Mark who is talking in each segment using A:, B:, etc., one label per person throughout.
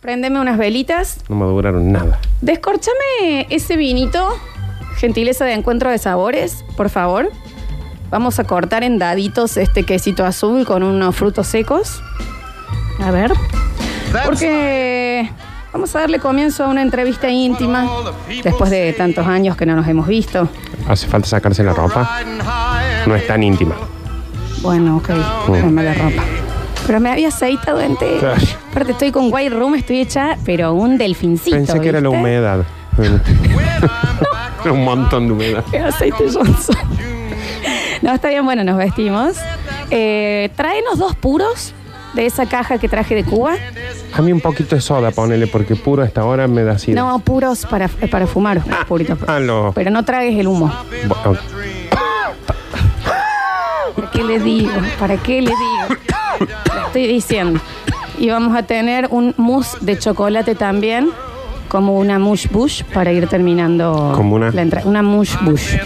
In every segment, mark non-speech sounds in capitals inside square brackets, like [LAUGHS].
A: Prendeme unas velitas.
B: No maduraron nada.
A: Descorchame ese vinito, gentileza de encuentro de sabores, por favor. Vamos a cortar en daditos este quesito azul con unos frutos secos. A ver. Porque vamos a darle comienzo a una entrevista íntima después de tantos años que no nos hemos visto.
B: Hace falta sacarse la ropa. No es tan íntima.
A: Bueno, ok, ponme la ropa. Pero me había aceitado entero.
B: Claro.
A: Aparte estoy con white room, estoy hecha, pero un delfincito.
B: Pensé que era la
A: ¿viste?
B: humedad. [LAUGHS] Era un montón de humedad.
A: Es aceite
B: [LAUGHS]
A: Johnson. No, está bien, bueno, nos vestimos. Eh, tráenos dos puros de esa caja que traje de Cuba.
B: A mí un poquito de soda, ponele, porque puro hasta ahora me da así.
A: No, puros para, para fumar, puritos.
B: ah, lo-
A: Pero no tragues el humo. ¿Para qué le digo? ¿Para qué le
B: [COUGHS]
A: digo? Le estoy diciendo. Y vamos a tener un mousse de chocolate también, como una mush bush, para ir terminando
B: Como una-
A: la entra- una mush bush.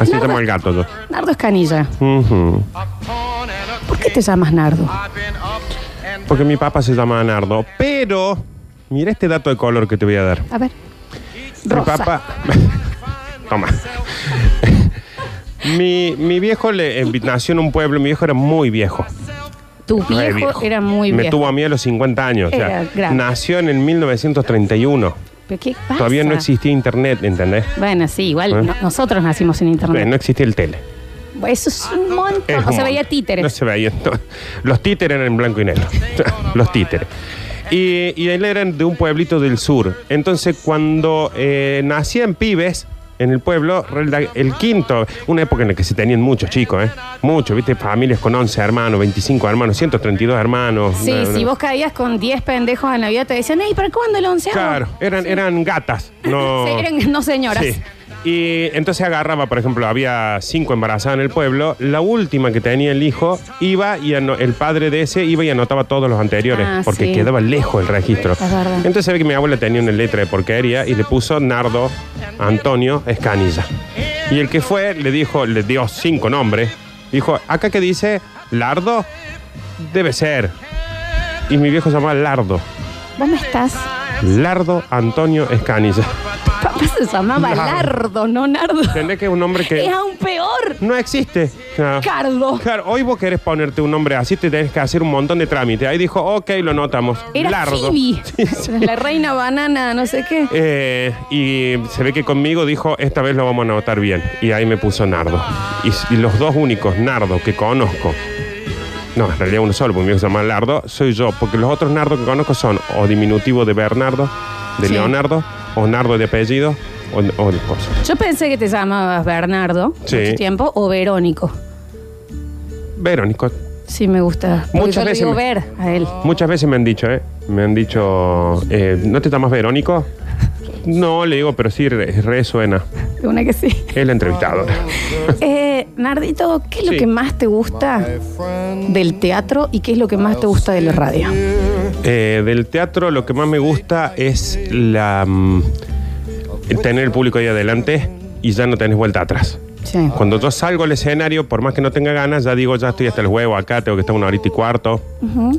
B: Así llamo el gato yo.
A: Nardo Escanilla,
B: Ujú.
A: ¿por qué te llamas Nardo?
B: Porque mi papá se llama Nardo. Pero, mira este dato de color que te voy a dar.
A: A ver.
B: Mi
A: Rosa.
B: papá. [LAUGHS] Toma. [LAUGHS] mi, mi viejo le, eh, nació en un pueblo, mi viejo era muy viejo.
A: Tu
B: re
A: viejo, era muy
B: Me
A: viejo.
B: tuvo a mí a los 50 años. o sea,
A: Era grande.
B: nació en el 1931.
A: ¿Pero qué pasa?
B: Todavía no existía internet, ¿entendés?
A: Bueno, sí, igual
B: ¿Eh?
A: no- nosotros nacimos sin
B: Eh,
A: internet.
B: No existía el tele.
A: Eso es un montón.
B: Es
A: o
B: un
A: sea, veía
B: montón.
A: títeres.
B: No se veía. no. Los títeres eran en blanco y negro. [LAUGHS] Los títeres. Y, y él era de un pueblito del sur. Entonces, cuando eh, nacían pibes en el pueblo, el, el quinto, una época en la que se tenían muchos chicos, ¿eh? Muchos, ¿viste? Familias con 11 hermanos, 25 hermanos, 132 hermanos.
A: Sí,
B: una- una-
A: si vos caías con 10 pendejos en la vida, te decían, ¡Ey, ¿para cuándo el onceavo? [LAUGHS]
B: Claro, eran, eran gatas. No,
A: Sí, eran- no, señoras.
B: Sí. Y entonces agarraba, por ejemplo, había cinco embarazadas en el pueblo, la última que tenía el hijo iba y ano- el padre de ese iba y anotaba todos los anteriores,
A: Ah,
B: porque
A: sí.
B: quedaba lejos el registro.
A: verdad.
B: Entonces se ve que mi abuela tenía una letra de porquería y le puso Nardo Antonio Escanilla. Y el que fue le dijo, le dio cinco nombres, dijo, acá que dice Lardo, debe ser. Y mi viejo se llamaba Lardo,
A: Vos me estás.
B: Lardo Antonio Escanilla.
A: Papá se llamaba
B: Nardo.
A: Lardo, no Nardo.
B: ¿Entendés que es un nombre que...
A: Es aún peor.
B: No existe. Claro.
A: Cardo.
B: Claro, hoy vos querés ponerte un nombre así, te tenés que hacer un montón de trámites. Ahí dijo, ok, lo notamos.
A: Era
B: Lardo.
A: Phoebe.
B: Sí, sí.
A: La reina banana, no sé qué.
B: Eh, y se ve que conmigo dijo, esta vez lo vamos a notar bien. Y ahí me puso Nardo. Y, y los dos únicos Nardo que conozco, no, en realidad uno solo, porque mi hijo se llama Lardo, soy yo, porque los otros Nardo que conozco son o diminutivo de Bernardo, de
A: Sí.
B: Leonardo, o Nardo de apellido, o, o de cosa.
A: Yo pensé que te llamabas Bernardo
B: Sí.
A: mucho tiempo o Verónico.
B: Verónico.
A: Sí, me gusta. Porque
B: Muchas
A: yo le
B: veces
A: digo
B: me-
A: ver a él.
B: Muchas veces me han dicho, ¿eh? Me han dicho, eh, ¿no te llamas Verónico? No, le digo, pero sí re- resuena.
A: De una que
B: [LAUGHS]
A: sí.
B: Es la entrevistadora.
A: Eh, Nardito, ¿qué es lo
B: Sí.
A: que más te gusta del teatro y qué es lo que más te gusta de la radio?
B: Eh, del teatro lo que más me gusta es la mm, tener el público ahí adelante y ya no tenés vuelta atrás.
A: Sí.
B: Cuando yo salgo al escenario, por más que no tenga ganas, ya digo, ya estoy hasta el huevo acá, tengo que estar una horita y cuarto.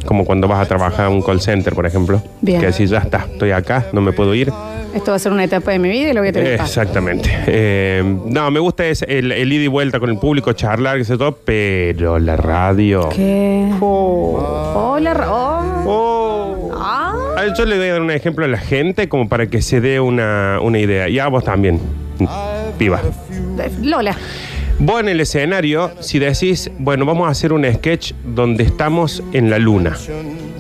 B: Como cuando vas a trabajar a un call center, por ejemplo.
A: Bien.
B: Que decís, ya está, estoy acá, no me puedo ir.
A: Esto va a ser una etapa de mi vida y lo voy a tener. paz.
B: Exactamente. Eh, no, me gusta es el, el ida y vuelta con el público, charlar, que sé todo, pero la radio.
A: ¿Qué?
B: Oh.
A: Hola, ra- oh.
B: Oh.
A: Ah.
B: A ver, Yo le voy a dar un ejemplo a la gente como para que se dé una, una idea. Y a vos también, piba.
A: Lola.
B: Vos en el escenario, si decís, bueno, vamos a hacer un sketch donde estamos en la luna.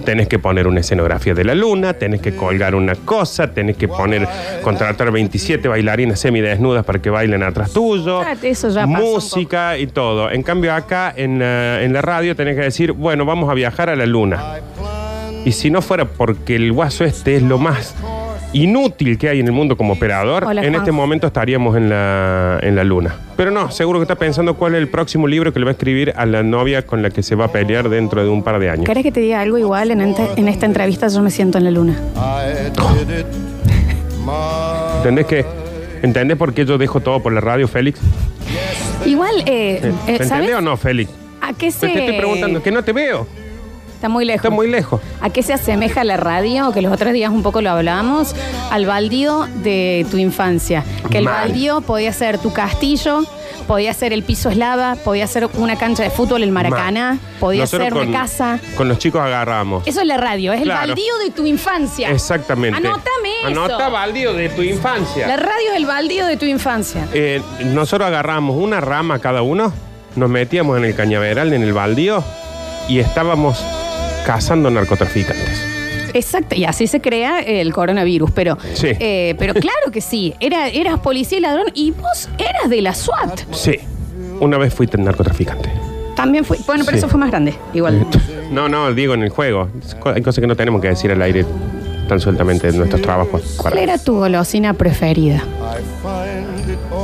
B: Tenés que poner una escenografía de la luna, tenés que colgar una cosa, tenés que poner, contratar 27 bailarinas semidesnudas para que bailen atrás tuyo.
A: Ah, eso ya pasa un
B: Música y todo. En cambio, acá en la, en la radio tenés que decir, bueno, vamos a viajar a la luna. Y si no fuera porque el guaso este es lo más inútil que hay en el mundo como operador,
A: Hola,
B: en
A: Juan.
B: este momento estaríamos en la, en la luna. Pero no, seguro que está pensando cuál es el próximo libro que le va a escribir a la novia con la que se va a pelear dentro de un par de años.
A: ¿Querés que te diga algo igual? En, ente- en esta entrevista yo me siento en la luna.
B: ¿Entendés que? ¿Entendés por qué yo dejo todo por la radio, Félix?
A: Igual, eh,
B: ¿Te
A: eh,
B: entendés
A: ¿sabes?
B: o no, Félix? Pues
A: ¿A qué se...?
B: Te estoy preguntando, que no te veo.
A: Está muy lejos.
B: Está muy lejos.
A: ¿A qué se asemeja la radio? Que los otros días un poco lo hablábamos. Al baldío de tu infancia. Que el
B: Mal.
A: baldío podía ser tu castillo, podía ser el piso eslava, podía ser una cancha de fútbol, el Maracaná,
B: Mal.
A: podía
B: Nosotros
A: ser
B: con-
A: una casa.
B: Con los chicos agarramos.
A: Eso es la radio, es el
B: Claro.
A: baldío de tu infancia.
B: Exactamente.
A: Anótame eso.
B: Anota baldío de tu infancia.
A: La radio es el baldío de tu infancia.
B: Eh, nosotros agarramos una rama cada uno, nos metíamos en el cañaveral, en el baldío, y estábamos cazando narcotraficantes.
A: Exacto, y así se crea el coronavirus, pero
B: Sí.
A: eh, pero claro que sí, era, eras policía y ladrón y vos eras de la SWAT.
B: Sí, una vez fui narcotraficante.
A: También fue, bueno, pero
B: Sí.
A: eso fue más grande, igual.
B: [LAUGHS] No, no, digo en el juego. Es co- Hay cosas que no tenemos que decir al aire tan sueltamente en nuestros trabajos.
A: ¿Cuál era tu golosina preferida?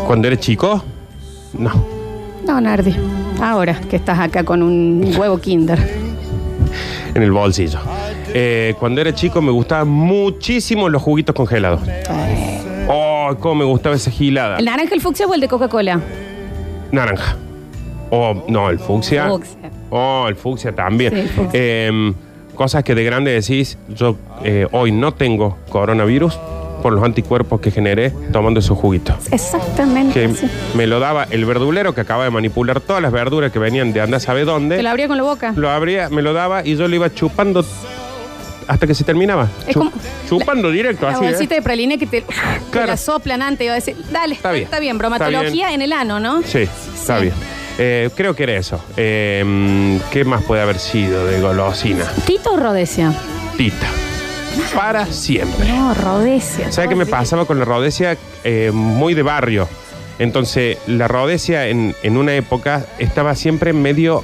B: Cuando eres chico, no.
A: No, Nardi. Ahora que estás acá con un huevo Kinder.
B: En el bolsillo. Eh, cuando era chico me gustaban muchísimo los juguitos congelados. Oh, cómo me gustaba esa gilada.
A: ¿El naranja, el fucsia o el de Coca-Cola?
B: Naranja. Oh, no, el fucsia.
A: Fucsia.
B: Oh, el fucsia también.
A: Sí, fucsia.
B: Em, cosas que de grande decís, yo eh, hoy no tengo coronavirus por los anticuerpos que generé tomando esos juguitos.
A: Exactamente.
B: Que eh,
A: sí.
B: me lo daba el verdulero que acaba de manipular todas las verduras que venían de anda sabe
A: Te lo
B: dónde.
A: abría con la boca.
B: Lo abría, me lo daba y yo lo iba chupando hasta que se terminaba.
A: Es
B: Chu-
A: como-
B: chupando directo,
A: La
B: así. ¿eh?
A: bolsita de pralina que te, te la
B: Claro.
A: soplan antes. Iba a decir, dale, está bien,
B: bien,
A: bromatología
B: está
A: en
B: bien.
A: el ano, ¿no?
B: Sí, está
A: Sí.
B: bien. Eh, creo que era eso. Eh, ¿Qué más puede haber sido de golosina?
A: Tito o Rodesia.
B: Tita. Para siempre.
A: No, Rodesia.
B: ¿Sabes qué me pasaba con la Rodesia? Eh, muy de barrio. Entonces, la Rodesia en, en una época estaba siempre medio,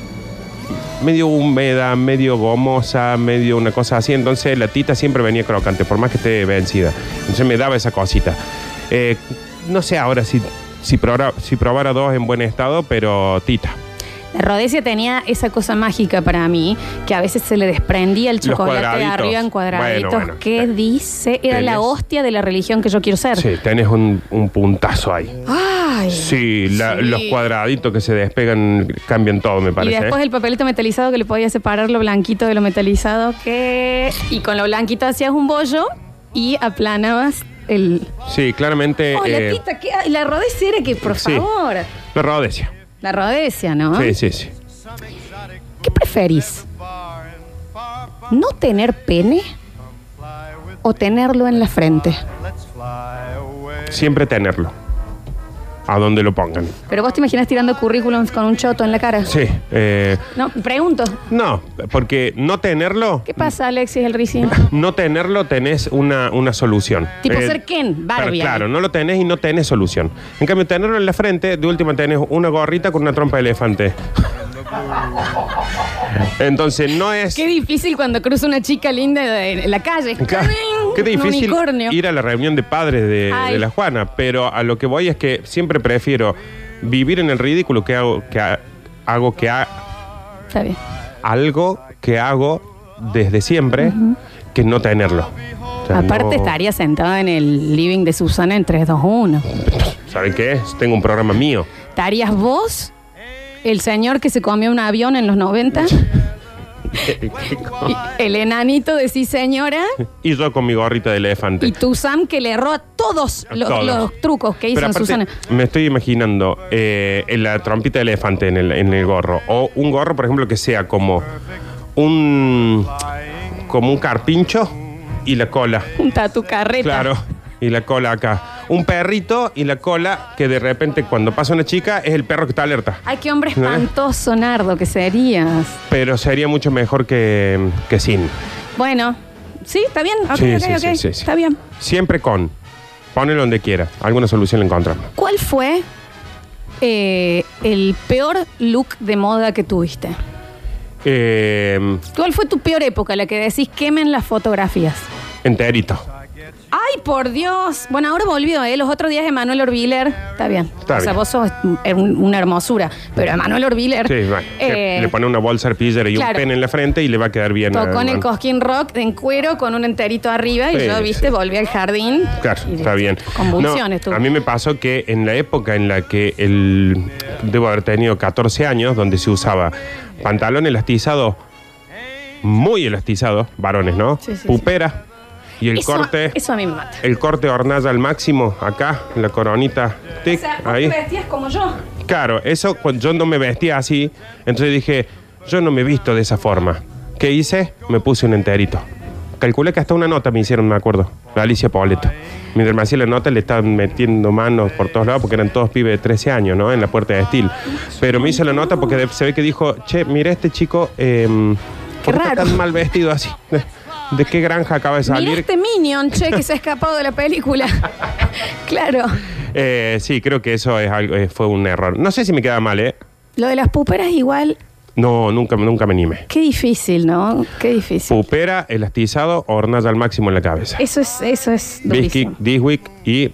B: medio húmeda, medio gomosa, medio una cosa así. Entonces, la tita siempre venía crocante, por más que esté vencida. Entonces, me daba esa cosita. Eh, no sé ahora si, si, probara, si probara dos en buen estado, pero tita.
A: La Rodesia tenía esa cosa mágica para mí, que a veces se le desprendía el
B: Los
A: chocolate de
B: cuadraditos.
A: arriba en cuadraditos.
B: Bueno, bueno,
A: ¿Qué
B: te-
A: dice? Era la
B: tenés-
A: hostia de la religión que yo quiero ser.
B: Sí, tenés un, un puntazo ahí.
A: Ay.
B: Sí, la-
A: Sí.
B: los cuadraditos que se despegan cambian todo, me
A: Y
B: parece.
A: después
B: ¿eh?
A: el papelito metalizado que le podía separar lo blanquito de lo metalizado que... Y con lo blanquito hacías un bollo y aplanabas el...
B: Sí, claramente.
A: Oh, la
B: eh,
A: tita, ¿qué? Ay, la rodesia era que, por
B: sí.
A: favor.
B: La rodesia.
A: La rodesia, ¿no?
B: Sí, sí, sí.
A: ¿Qué preferís? ¿No tener pene o tenerlo en la frente?
B: Siempre tenerlo. A donde lo pongan.
A: Pero vos te imaginas tirando currículums con un choto en la cara.
B: Sí. eh,
A: No, pregunto.
B: no, porque no tenerlo.
A: ¿Qué pasa, Alexis el
B: [LAUGHS]
A: Ricino?
B: No tenerlo tenés una, una solución.
A: Tipo ser Ken, Barbie, ¿eh?
B: pero
A: ahí.
B: Claro, no lo tenés y no tenés solución. En cambio, tenerlo en la frente, de última tenés una gorrita con una trompa de elefante.
A: [LAUGHS]
B: Entonces, no es.
A: Qué difícil cuando cruza una chica linda en la calle.
B: Claro, Qué
A: Un
B: difícil
A: unicornio.
B: ir a la reunión de padres de,
A: Ay.
B: de la Juana, pero a lo que voy es que siempre prefiero vivir en el ridículo que hago que ha- hago que ha-
A: Está bien.
B: algo que hago desde siempre que no tenerlo. O sea,
A: Aparte
B: no-
A: estaría sentada en el living de Susana en 3, 2, 1.
B: ¿Saben qué? Tengo un programa mío.
A: ¿Estarías vos, el señor que se comió un avión en los
B: [LAUGHS]
A: 90? Y el enanito de sí señora
B: y yo con mi gorrita de elefante.
A: y tu Sam que le erró a todos los,
B: Todos.
A: los trucos que hizo
B: Pero
A: en
B: aparte,
A: Susana.
B: Me estoy imaginando eh, en la trompita de elefante en el, en el gorro. O un gorro, por ejemplo, que sea como un. como un carpincho y la cola.
A: Un tatu carreta.
B: Claro. Y la cola acá. Un perrito y la cola que de repente cuando pasa una chica es el perro que está alerta.
A: Ay, qué hombre
B: ¿Eh?
A: espantoso, Nardo, que serías.
B: Pero sería mucho mejor que, que sin.
A: Bueno, sí, está bien. Ok,
B: Sí,
A: ok,
B: sí,
A: ok.
B: sí, sí, sí.
A: Está bien.
B: Siempre con. Ponelo donde quiera. Alguna solución la encontramos.
A: ¿Cuál fue eh, el peor look de moda que tuviste?
B: Eh,
A: ¿Cuál fue tu peor época, la que decís quemen las fotografías?
B: enterito.
A: ¡Ay, por Dios! Bueno, ahora volvió, ¿eh? Los otros días Emanuel Orviller. Está bien. o
B: Está
A: sea,
B: bien.
A: vos sos eh, un- una hermosura. Pero Emanuel Orviller.
B: Sí, bueno,
A: [LAUGHS] eh,
B: que le pone una bolsa arpillera y
A: claro.
B: un pen en la frente y le va a quedar bien.
A: Tocó en el
B: al-
A: Cosquín Rock en cuero con un enterito arriba y
B: eh, Sí,
A: yo, viste,
B: sí.
A: volví al jardín.
B: Claro,
A: Y
B: está bien.
A: Convulsiones
B: No,
A: tú.
B: A mí me pasó que en la época en la que el debo haber tenido 14 años, donde se usaba pantalón elastizado, muy elastizado, varones, ¿no?
A: Sí, sí, sí.
B: Pupera. Y el
A: eso,
B: corte,
A: Eso a mí me mata.
B: el corte hornalla al máximo, acá, en la coronita. Tic,
A: O sea, vos
B: ahí.
A: te vestías como yo.
B: Claro, eso cuando yo no me vestía así, entonces dije, yo no me he visto de esa forma. ¿Qué hice? Me puse un enterito. Calculé que hasta una nota me hicieron, me acuerdo, la Alicia Poleto. Mientras me hacía la nota le estaban metiendo manos por todos lados porque eran todos pibes de 13 años, ¿no? En la puerta de estilo. Pero me hizo la nota porque de- se ve que dijo, che, mira este chico, eh, ¿por
A: Qué
B: qué está
A: raro.
B: tan mal vestido así? [LAUGHS] ¿De, de qué granja acaba de
A: Mira
B: salir?
A: este minion, che, que se ha escapado de la película. [LAUGHS] claro.
B: Eh, sí, creo que eso es algo, eh, fue un error. No sé si me queda mal, ¿eh?
A: Lo de las puperas igual,
B: No, nunca, nunca me animé.
A: qué difícil, ¿no? Qué difícil.
B: Pupera, elastizado, hornalla al máximo en la cabeza.
A: Eso es, eso es
B: Bisquick,
A: durísimo.
B: Diswick y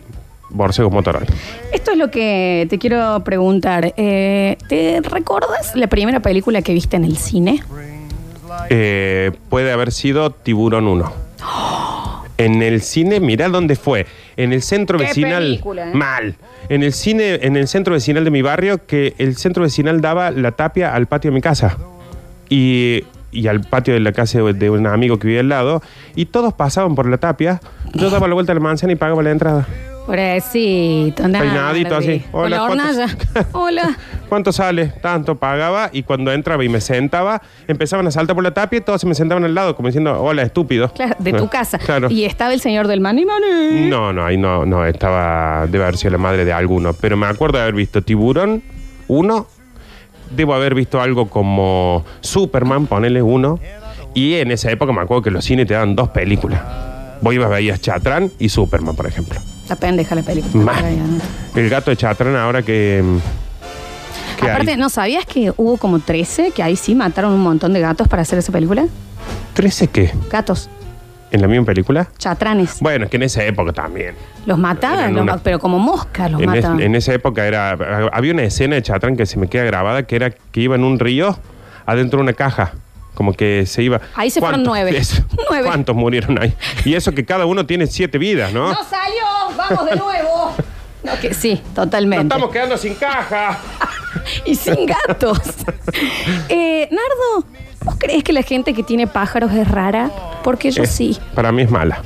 B: Borcegos Motorol.
A: Esto es lo que te quiero preguntar. Eh, ¿Te recuerdas la primera película que viste en el cine?
B: Eh, puede haber sido Tiburón 1. [GASPS] En el cine, mirá dónde fue. En el centro
A: Qué
B: vecinal.
A: película, ¿eh?
B: Mal. En el cine, en el centro vecinal de mi barrio, que el centro vecinal daba la tapia al patio de mi casa. Y, y al patio de la casa de, de un amigo que vivía al lado. Y todos pasaban por la tapia. Yo daba la vuelta a la manzana y pagaba la entrada.
A: Pobrecito, nada.
B: Peinadito así.
A: Hola,
B: Hola,
A: hornalla.
B: [LAUGHS] ¿cuántos-
A: Hola.
B: ¿Cuánto sale? Tanto pagaba y cuando entraba y me sentaba, empezaban a saltar por la tapia y todos se me sentaban al lado, como diciendo, hola, estúpido.
A: Claro, de tu
B: No,
A: casa.
B: Claro.
A: Y estaba el señor del maní maní.
B: No, no, ahí no, no, estaba, debe haber sido la madre de alguno, pero me acuerdo de haber visto Tiburón uno debo haber visto algo como Superman, ponele uno, y en esa época me acuerdo que los cines te daban dos películas. Vos ibas, veías Chatrán y Superman, por ejemplo.
A: La pendeja la película.
B: Mal. El gato de Chatrán ahora que... mm, que
A: Aparte,
B: hay.
A: ¿no sabías que hubo como 13 que ahí sí mataron un montón de gatos para hacer esa película?
B: ¿13 qué?
A: Gatos,
B: ¿En la misma película?
A: chatranes.
B: Bueno, es que en esa época también.
A: Los mataban,
B: Eran
A: los
B: una-
A: ma- pero como mosca los
B: En, es-
A: mataban.
B: en esa época era había una escena de Chatrán que se me queda grabada que era que iba en un río adentro de una caja. Como que se iba.
A: Ahí se fueron
B: ¿Cuántos?
A: nueve.
B: Eso.
A: [LAUGHS] Nueve.
B: ¿Cuántos murieron ahí? Y eso que cada uno tiene siete vidas, ¿no?
A: ¡No salió! ¡Vamos de [LAUGHS] nuevo! No, que sí, totalmente.
B: Nos estamos quedando sin caja.
A: Y sin gatos.
B: [LAUGHS]
A: Eh, Nardo, ¿vos crees que la gente que tiene pájaros es rara? Porque yo
B: Eh,
A: Pues sí.
B: Para mí es mala.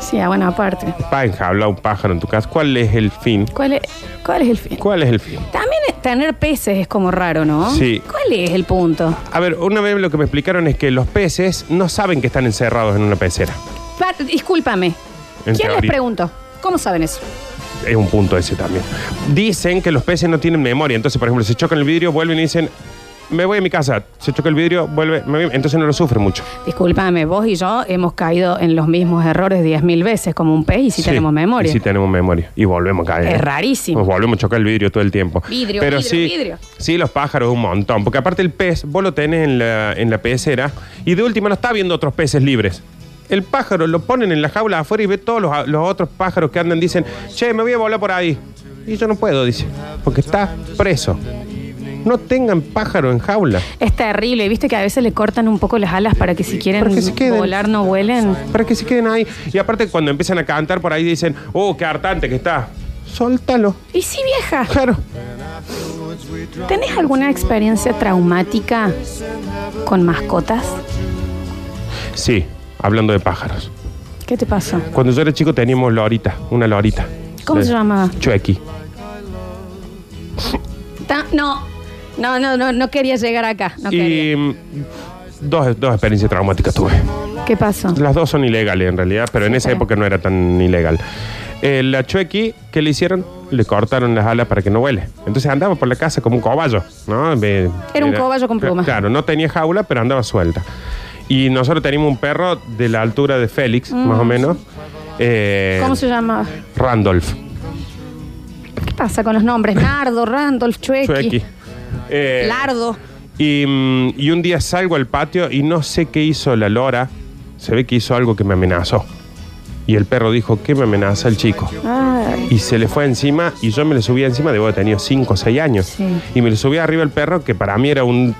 A: Sí, ah, bueno, aparte.
B: Va a enjablar un pájaro en tu casa. ¿Cuál es el fin?
A: ¿Cuál es, cuál es el fin?
B: ¿Cuál es el fin?
A: También eh, tener peces es como raro, ¿no?
B: Sí.
A: ¿Cuál es el punto?
B: A ver, una vez lo que me explicaron es que los peces no saben que están encerrados en una pecera.
A: Pa- discúlpame.
B: En
A: ¿Quién les
B: teoría.
A: preguntó? ¿Cómo saben eso?
B: Es un punto ese también. Dicen que los peces no tienen memoria. Entonces, por ejemplo, se chocan el vidrio, vuelven y dicen, me voy a mi casa. Se choca el vidrio, vuelve, me voy. Entonces no lo sufre mucho.
A: Discúlpame, vos y yo hemos caído en los mismos errores 10.000 veces como un pez y si
B: Sí,
A: tenemos memoria.
B: y Sí, tenemos memoria. Y volvemos a caer.
A: Es rarísimo.
B: Nos volvemos a chocar el vidrio todo el tiempo.
A: Vidrio,
B: Pero
A: vidrio,
B: sí,
A: vidrio.
B: Sí, los pájaros un montón. Porque aparte el pez, vos lo tenés en la, en la pecera y de última no está viendo otros peces libres. El pájaro lo ponen en la jaula afuera y ve todos los, los otros pájaros que andan. Dicen, che, me voy a volar por ahí. Y yo no puedo, dice, porque está preso. No tengan pájaro en jaula.
A: Es terrible, viste que a veces le cortan un poco las alas para que si quieren
B: Para que se queden.
A: volar no vuelen.
B: Para que se queden ahí. Y aparte cuando empiezan a cantar por ahí dicen, oh, qué hartante que está. Suéltalo.
A: Y sí, vieja,
B: Claro.
A: ¿tenés alguna experiencia traumática con mascotas?
B: Sí, hablando de pájaros.
A: ¿Qué te pasó?
B: Cuando yo era chico teníamos lorita, una lorita.
A: ¿Cómo
B: Eh,
A: se llamaba?
B: Chuequi.
A: Ta- no, no, no, no, no quería llegar acá. No quería.
B: Y mm, dos, dos experiencias traumáticas tuve.
A: ¿Qué pasó?
B: Las dos son ilegales en realidad, pero en esa
A: claro.
B: época no era tan ilegal. Eh, la Chuequi, ¿qué le hicieron? Le cortaron las alas para que no vuele. Entonces andaba por la casa como un cobayo, ¿no? Ve-
A: Era un cobayo con plumas.
B: Claro, no tenía jaula, pero andaba suelta. Y nosotros teníamos un perro de la altura de Félix, más o menos. Eh,
A: Mm. ¿Cómo se llamaba?
B: Randolph.
A: ¿Qué pasa con los nombres? Nardo, Randolph, Chuequi,
B: Chuequi. Eh,
A: Lardo.
B: Y, mm, y un día salgo al patio y no sé qué hizo la lora. Se ve que hizo algo que me amenazó. Y el perro dijo, ¿qué me amenaza el chico?
A: Ay.
B: Y se le fue encima y yo me le subía encima, debo haber tenido 5 o 6 años.
A: Sí.
B: Y me le subía arriba el perro, que para mí era un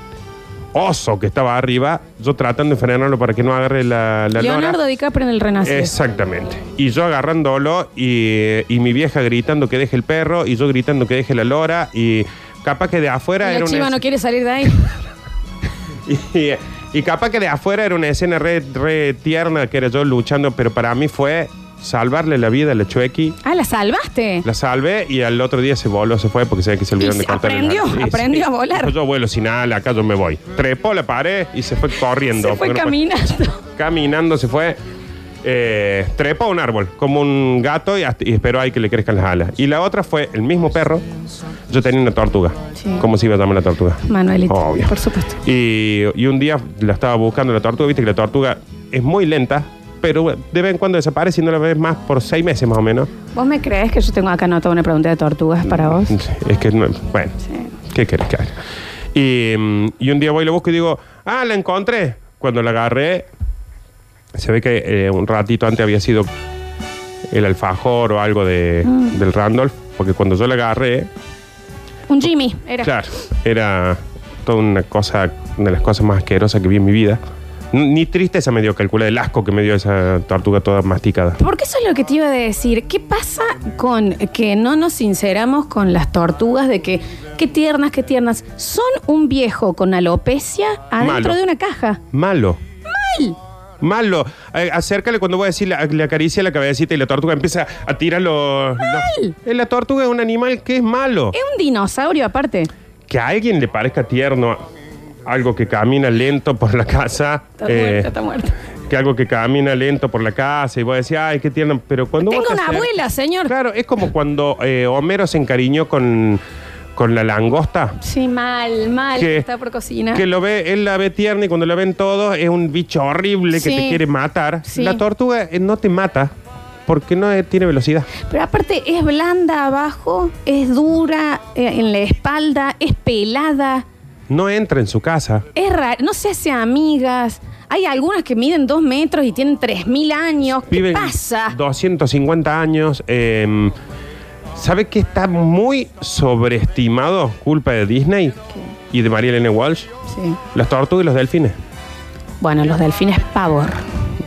B: oso que estaba arriba, yo tratando de frenarlo para que no agarre la, la lora.
A: Leonardo DiCaprio en el Renacer.
B: Exactamente. Y yo agarrándolo y, y mi vieja gritando que deje el perro y yo gritando que deje la lora y capaz que de afuera
A: la
B: era
A: chiva
B: una...
A: no quiere salir de ahí.
B: [LAUGHS] Y, Y capaz que de afuera era una escena re, re tierna que era yo luchando, pero para mí fue salvarle la vida a la Chuequi.
A: Ah, la salvaste.
B: La salvé y al otro día se voló, se fue porque se ve que se olvidaron
A: Y
B: de
A: se
B: cortar el
A: aprendió,
B: brazo.
A: aprendió a volar.
B: Dijo, Yo vuelo sin ala, acá yo me voy. Trepó la pared y se fue corriendo.
A: Se fue
B: porque no
A: caminando.
B: Caminando se fue. eh, trepó a un árbol como un gato y, hasta- y esperó ahí que le crezcan las alas. Y la otra fue el mismo perro. Yo tenía una tortuga.
A: Sí.
B: ¿Cómo se iba a llamar la tortuga?
A: Manuelito,
B: Obvio.
A: por supuesto.
B: Y, y un día la estaba buscando la tortuga, viste que la tortuga es muy lenta, pero de vez en cuando desaparece y no la ves más por seis meses más o menos.
A: ¿Vos me crees que yo tengo acá toda una pregunta de tortugas para
B: Mm.
A: vos? Eh,
B: Es que, no- bueno,
A: Sí.
B: ¿qué querés que haga? Y, mm, y un día voy y la busco y digo, ah, la encontré. Cuando la agarré, se ve que eh, un ratito antes había sido el alfajor o algo de, del Randolph, porque cuando yo la agarré,
A: Un Jimmy, era.
B: Claro, era toda una cosa, una de las cosas más asquerosas que vi en mi vida. N- Ni tristeza me dio, calcula el asco que me dio esa tortuga toda masticada.
A: Porque eso es lo que te iba a decir. ¿Qué pasa con que no nos sinceramos con las tortugas de que qué tiernas, qué tiernas? Son un viejo con alopecia adentro
B: Malo.
A: de una caja.
B: Malo. Mal. Malo. Eh, acércale cuando voy a decir, la- le acaricia la cabecita y la tortuga empieza a tirar los... los- Eh, La tortuga es un animal que es malo.
A: Es un dinosaurio aparte.
B: Que a alguien le parezca tierno algo que camina lento por la casa.
A: Está
B: eh,
A: muerta, está muerta.
B: que algo que camina lento por la casa y vos decís, ay, qué tierno, pero cuando...
A: Tengo
B: vos te
A: una
B: acer-
A: abuela, señor.
B: Claro, es como cuando eh, Homero se encariñó con, con la langosta.
A: Sí, mal, mal.
B: Que-
A: está por cocina.
B: Que lo ve, él la ve tierna y cuando la ven todos es un bicho horrible que
A: Sí.
B: te quiere matar.
A: Sí.
B: La tortuga eh, no te mata porque no eh, tiene velocidad.
A: Pero aparte es blanda abajo, es dura eh, en la espalda, es pelada,
B: No entra en su casa.
A: es rara, no se hace amigas. Hay algunas que miden dos metros y tienen tres mil años. ¿Qué
B: Vive
A: pasa?
B: 250 años. eh, ¿Sabe que está muy sobreestimado? Culpa de Disney y de María Elena Walsh.
A: Sí.
B: Las tortugas y los delfines.
A: Bueno, los delfines pavor.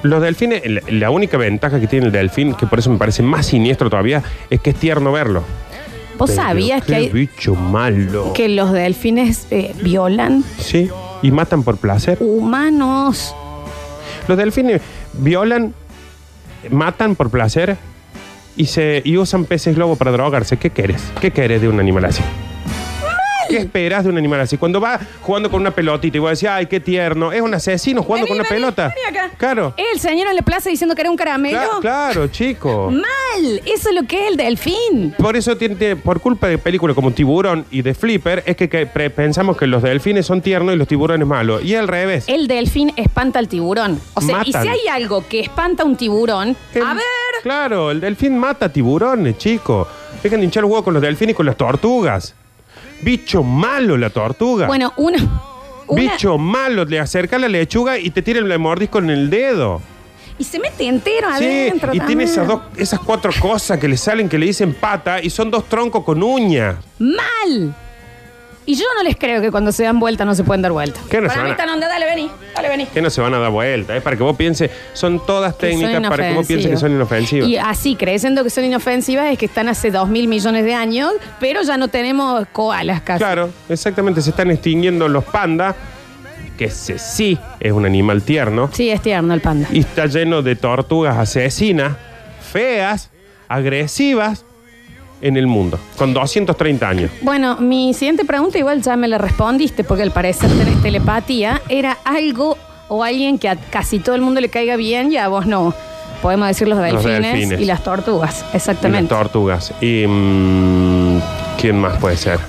B: Los delfines, la- la única ventaja que tiene el delfín, que por eso me parece más siniestro todavía, es que es tierno verlo.
A: ¿Vos
B: Pero
A: sabías que
B: qué
A: hay
B: bicho malo.
A: que los delfines eh, violan
B: Sí, y matan por placer.
A: humanos?
B: Los delfines violan, matan por placer y se y usan peces globo para drogarse. ¿Qué querés? ¿Qué querés de un animal así? ¿Qué esperas de un animal así? Cuando va jugando con una pelotita y vos decís, ay, qué tierno, es un asesino jugando
A: Vení,
B: con una
A: vení,
B: pelota.
A: vení acá. Eh,
B: Claro.
A: El señor en la plaza diciendo que era un caramelo.
B: Cla- claro, chico.
A: Mm. Mal, eso es lo que es el delfín.
B: Por eso, tiene, tiene- por culpa de películas como Tiburón y de Flipper, es que, que pre- pensamos que los delfines son tiernos y los tiburones malos. Y al revés.
A: El delfín espanta al tiburón. O sea, y
B: Matan.
A: si hay algo que espanta a un tiburón,
B: El-
A: a ver.
B: Claro, el delfín mata tiburones, chico. Dejen de hinchar el huevo con los delfines y con las tortugas. Bicho malo la tortuga.
A: Bueno, una. una-
B: Bicho malo, le acerca la lechuga y te tira el mordisco en el dedo.
A: Y se mete entero
B: Sí,
A: adentro.
B: y tiene
A: también.
B: esas, dos, esas cuatro cosas que le salen que le dicen pata y son dos troncos con uña.
A: Mal. Y yo no les creo que cuando se dan vuelta no se pueden dar vuelta.
B: ¿Qué no se
A: Para
B: van
A: mí
B: a-
A: están onda, dale, vení, dale, vení.
B: Que no se van a dar vuelta, es para que vos pienses, son todas
A: Que
B: técnicas
A: son
B: para que vos pienses que
A: inofensivas.
B: son inofensivas.
A: Y así, creyendo que son inofensivas, es que están hace dos mil millones de años, pero ya no tenemos koalas casi.
B: Claro, exactamente, se están extinguiendo los pandas, que ese sí es un animal tierno,
A: Sí, es tierno el panda.
B: y está lleno de tortugas asesinas, feas, agresivas en el mundo, con 230 años.
A: Bueno, mi siguiente pregunta, igual ya me la respondiste, porque al parecer tenés telepatía, era algo o alguien que a casi todo el mundo le caiga bien y a vos no. Podemos decir los delfines,
B: delfines.
A: y las tortugas,
B: Y las
A: exactamente.
B: tortugas. ¿Y mm, quién más puede ser?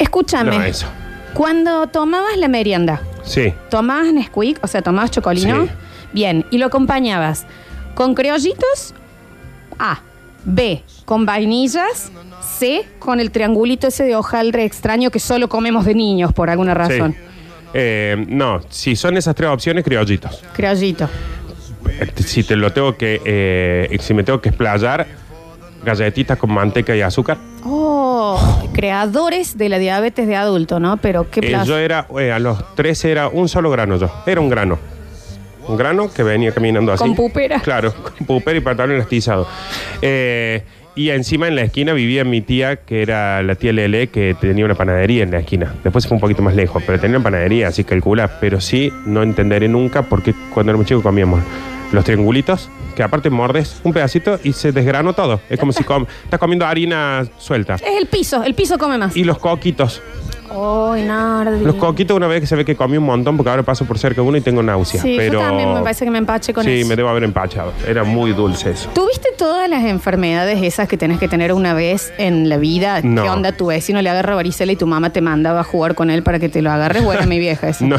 A: Escúchame,
B: No, eso.
A: cuando tomabas la merienda,
B: Sí.
A: tomabas Nesquik, o sea, tomabas chocolino,
B: Sí.
A: bien, y lo acompañabas con creollitos, A, B, con vainillas, C, con el triangulito ese de hojaldre extraño que solo comemos de niños por alguna razón.
B: sí. Eh, no, si son esas tres opciones, criollitos.
A: Criollito.
B: Eh, Si te lo tengo que, eh, si me tengo que explayar, galletitas con manteca y azúcar.
A: Oh, creadores de la diabetes de adulto, ¿no? Pero qué
B: Eh,
A: plazo.
B: yo era, eh, a los 13 era un solo grano yo. Era un grano. Un grano que venía caminando así.
A: Con pupera.
B: Claro, con pupera y pantalón elastizado. Eh, Y encima en la esquina vivía mi tía, que era la tía Lele, que tenía una panadería en la esquina. Después se fue un poquito más lejos, pero tenía una panadería, así calcula. Pero sí, no entenderé nunca porque cuando éramos chicos comíamos los triangulitos, que aparte mordes un pedacito y se desgranó todo. Es como si com- estás comiendo harina suelta.
A: Es el piso, el piso come más.
B: Y los coquitos.
A: Ay, Nardi.
B: Los coquitos una vez que se ve que comí un montón, porque ahora paso por cerca de uno y tengo náuseas.
A: Sí,
B: pero...
A: yo también me parece que me empache con
B: Sí,
A: eso.
B: me debo haber empachado. Era muy dulce eso.
A: ¿Tuviste todas las enfermedades esas que tenés que tener una vez en la vida?
B: No.
A: ¿Qué onda tu vecino le agarra varicela y tu mamá te mandaba a jugar con él para que te lo agarres? Bueno, mi vieja esa.
B: [LAUGHS] No,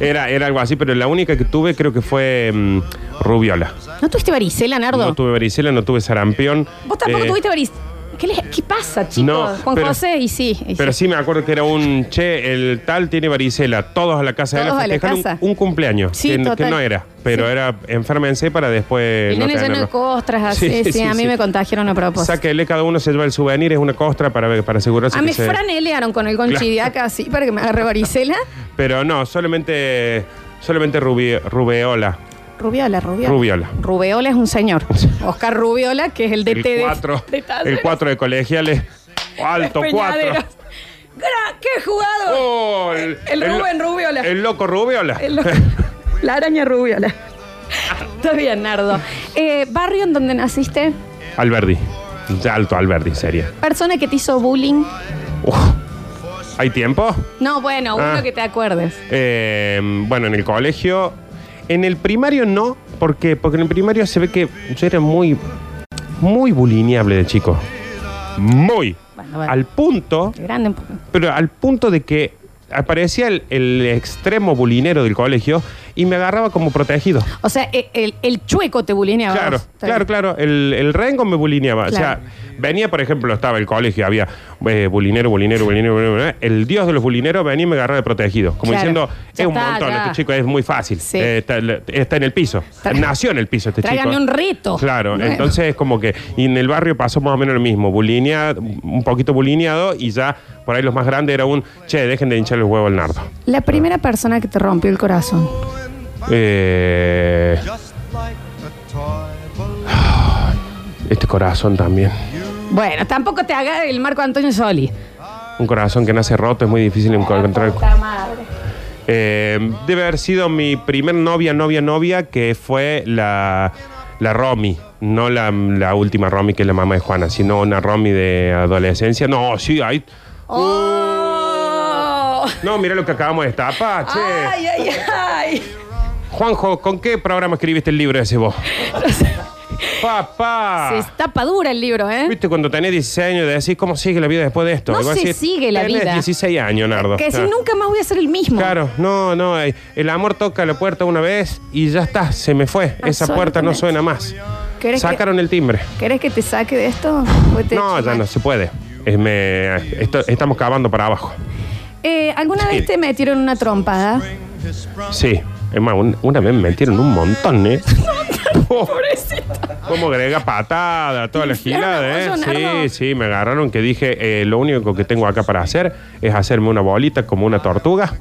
B: era, era algo así, pero la única que tuve creo que fue mm, rubiola.
A: ¿No tuviste varicela, Nardo?
B: No tuve varicela, no tuve sarampión.
A: Vos tampoco
B: Eh,
A: tuviste varicela. ¿Qué, les- qué pasa, chicos?
B: No,
A: Juan
B: pero-
A: José y sí. y
B: Pero
A: sí.
B: sí me acuerdo que era un, che, el tal tiene varicela, todos a la casa de
A: Todos
B: él
A: a la
B: festejar un-
A: casa.
B: Un, cumpleaños,
A: Sí,
B: que, que
A: total.
B: no era, pero
A: Sí.
B: era enfermense para después
A: El
B: no
A: nene lleno
B: tenerlo.
A: de costras, así.
B: [LAUGHS] Sí,
A: Sí,
B: sí,
A: a mí
B: sí.
A: me contagiaron a propósito.
B: Sáquele, cada uno se lleva el souvenir, es una costra para, ver- para asegurarse
A: A
B: que
A: mí
B: se-
A: franelearon con el conchidiaca así para que me agarre varicela.
B: Pero no, solamente, solamente rubi- rubeola.
A: Rubiola, Rubiola.
B: Rubiola.
A: Rubiola es un
B: [LAUGHS]
A: señor. Oscar Rubiola, que es el DT
B: el
A: de-
B: 4
A: [LAUGHS] de Talleres.
B: el 4 de colegiales. Alto Oh. 4.
A: Peñaderos. Gran- ¡Qué jugador!
B: el,
A: El Rubén
B: lo-
A: Rubiola.
B: El loco Rubiola.
A: El- La araña Rubiola. Está bien, Nardo. Eh, barrio en donde naciste,
B: [LAUGHS] Alberdi. Ya alto Alberdi sería.
A: persona que te hizo bullying.
B: Uf. ¿Hay tiempo?
A: No, bueno,
B: Ah.
A: uno que te acuerdes.
B: Eh, bueno, en el colegio. En el primario no, porque porque en el primario se ve que yo era muy muy bulineable de chico. Muy.
A: Bueno, bueno.
B: Al punto
A: Grande un poco.
B: Pero al punto de que aparecía el, el extremo bulinero del colegio y me agarraba como protegido.
A: O sea, el, el- el chueco te bulineaba.
B: Claro,
A: Está bien.
B: claro, claro. El, el rengo me bulineaba.
A: Claro.
B: O sea, venía, por ejemplo, estaba el colegio, había eh, bulinero, bulinero, bulinero, bulinero. El dios de los bulineros venía y me agarraba de protegido. Como
A: Claro.
B: diciendo,
A: Ya
B: es un
A: está,
B: montón,
A: ya.
B: este chico es muy fácil.
A: Sí.
B: Eh, está, está en el piso.
A: Tra-
B: Nació en el piso este
A: Tráigame
B: chico.
A: un reto.
B: Claro,
A: Bueno.
B: entonces es como que y en el barrio pasó más o menos lo mismo, bulineado, un poquito bulineado y ya por ahí los más grandes era un, che, dejen de hinchar el huevo al nardo.
A: La primera persona que te rompió el corazón.
B: Eh, este corazón también,
A: Bueno, tampoco te haga el Marco Antonio Soli.
B: un corazón que nace roto, es muy difícil encontrar.
A: Puta madre.
B: Eh, debe haber sido mi primer novia, novia, novia, que fue la, la Romy. No la, la última Romy, que es la mamá de Juana, sino una Romy de adolescencia. No, sí, ahí...
A: ¡Oh!
B: No, mira lo que acabamos de destapar, che.
A: ¡Ay, ay, ay!
B: Juanjo, ¿con qué programa escribiste el libro ese
A: [LAUGHS]
B: vos?
A: Se
B: Papá.
A: tapa dura el libro, ¿eh?
B: Ah. ¿Viste cuando tenés 16 años de decir cómo sigue la vida después de esto?
A: No
B: Y vos
A: se
B: decís,
A: sigue la
B: tenés
A: vida.
B: 16 años, Nardo.
A: Que si
B: [LAUGHS] Ah.
A: nunca más voy a ser el mismo.
B: Claro, no, no. eh, El amor toca la puerta una vez y ya está, se me fue. Esa puerta no
A: Absolutamente.
B: suena más.
A: ¿Querés que-
B: Sacaron el timbre.
A: ¿Querés que te saque de esto? Porque te
B: No,
A: echo
B: ya
A: mal.
B: no se puede. Eh, me- esto- estamos cavando para abajo.
A: Eh, ¿Alguna
B: Sí.
A: vez te metieron una trompada?
B: Sí. Es más, un- una vez me metieron un montón,
A: [LAUGHS]
B: ¿eh? [LAUGHS] Como agrega patada,
A: [LAUGHS]
B: toda la
A: Infierno,
B: gilada,
A: vos, Leonardo.
B: ¿eh? Sí, sí, me agarraron que dije, eh, lo único que tengo acá para hacer es hacerme una bolita como una tortuga.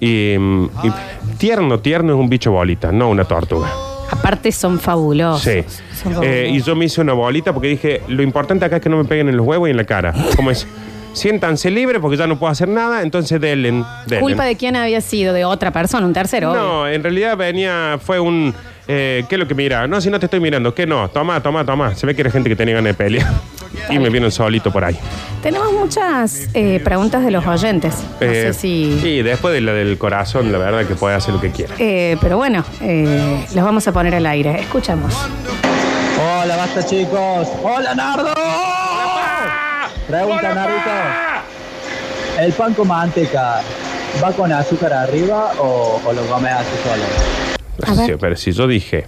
B: y, mm, y tierno, tierno es un bicho bolita, no una tortuga.
A: Aparte son fabulosos.
B: Sí.
A: Son fabulosos.
B: Eh, y yo me hice una bolita porque dije, lo importante acá es que no me peguen en los huevos y en la cara. Como es, siéntanse libres porque ya no puedo hacer nada, entonces delen. delen.
A: ¿Culpa de quién había sido? ¿De otra persona? ¿Un tercero? obvio.
B: No, en realidad venía, fue un. eh, ¿Qué es lo que mira? No, si no te estoy mirando, ¿qué no? Toma, toma, toma. Se ve que era gente que tenía ganas de pelear. Y me vieron solito por ahí.
A: Tenemos muchas eh, preguntas de los oyentes. No
B: Eh,
A: sé si...
B: Sí, después de la del corazón, la verdad que puede hacer lo que quiera.
A: Eh, pero bueno, eh, los vamos a poner al aire. Escuchamos.
C: Hola, basta chicos. Hola, Nardo. Pregunta, Narito. ¿El pan con manteca va con azúcar arriba o, o lo comes así solo?
A: A ver.
B: Sí, pero si yo dije.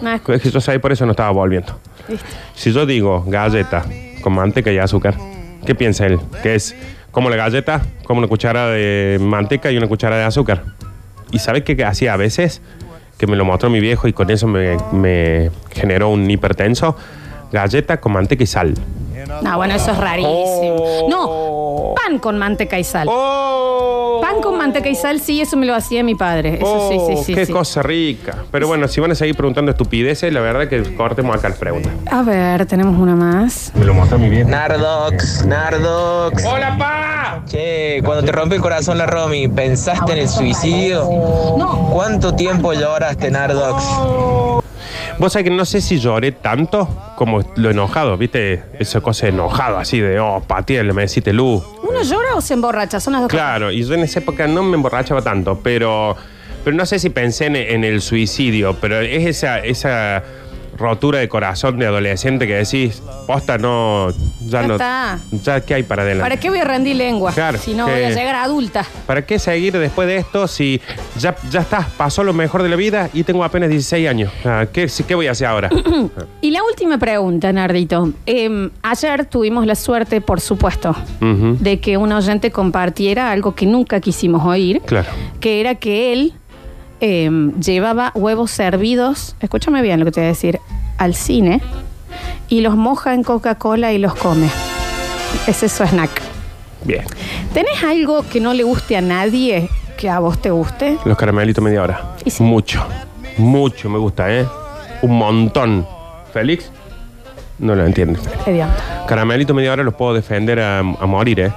A: No, es-
B: Es que yo sabía, por eso no estaba volviendo.
A: listo.
B: Si yo digo galleta con manteca y azúcar, ¿qué piensa él? Que es como la galleta, como una cuchara de manteca y una cuchara de azúcar. ¿Y sabes qué hacía a veces? Que me lo mostró mi viejo y con eso me, me generó un hipertenso. Galleta con manteca y sal.
A: No, bueno, eso es rarísimo.
B: Oh.
A: No, pan con manteca y sal.
B: ¡Oh!
A: Pan con manteca y sal, sí, eso me lo hacía mi padre. Eso
B: Oh,
A: sí, sí, sí.
B: qué
A: sí.
B: cosa rica. Pero bueno, si van a seguir preguntando estupideces, la verdad que cortemos acá las preguntas.
A: A ver, tenemos una más.
B: Me lo mostró mi bien.
D: Nardox, Nardox.
B: ¡Hola, pa!
D: Che, cuando te rompe el corazón la Romy, ¿pensaste en el suicidio? ¿Cuánto tiempo lloraste, Nardox?
B: Vos sabés que no sé si lloré tanto como lo enojado, ¿viste? Esa cosa de enojado, así de, oh, patiel, me deciste luz.
A: ¿Uno llora o se emborracha? Son las dos
B: Claro, y yo en esa época no me emborrachaba tanto, pero, pero no sé si pensé en, en el suicidio, pero es esa, esa rotura de corazón de adolescente que decís, posta, no,
A: Ya
B: ya no,
A: está.
B: ya qué hay para adelante.
A: ¿Para qué voy a rendir lengua?
B: Claro,
A: si no
B: que-
A: voy a llegar a adulta.
B: ¿Para qué seguir después de esto si ya, ya está, pasó lo mejor de la vida y tengo apenas 16 años? Ah, ¿qué, si- ¿Qué voy a
A: [CLEARS THROAT]
B: hacer ahora? Ah.
A: Y la última pregunta, Nardito. Eh, ayer tuvimos la suerte, por supuesto,
B: Ujú.
A: de que un oyente compartiera algo que nunca quisimos oír,
B: Claro.
A: que era que él eh, llevaba huevos servidos, escúchame bien lo que te voy a decir, al cine y los moja en Coca-Cola y los come. Ese es su snack.
B: Bien.
A: ¿Tenés algo que no le guste a nadie que a vos te guste?
B: Los caramelitos media hora.
A: Y sí.
B: Mucho. Mucho me gusta, ¿eh? Un montón. ¿Félix? No lo entiende.
A: Hediondo.
B: Caramelitos media hora los puedo defender a, a morir, ¿eh?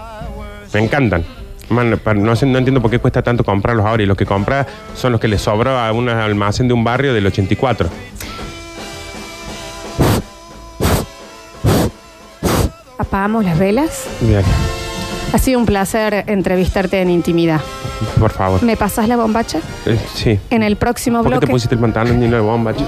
B: Me encantan. Man, pa- no, sé- no entiendo por qué cuesta tanto comprarlos ahora y los que compras son los que le sobró a un almacén de un barrio del 84.
A: Apagamos las velas.
B: Bien,
A: Ha sido un placer entrevistarte en intimidad.
B: por favor.
A: ¿Me pasas la bombacha?
B: Eh, sí.
A: En el próximo
B: ¿Por qué
A: bloque.
B: te pusiste el pantalón lleno de bomba, che?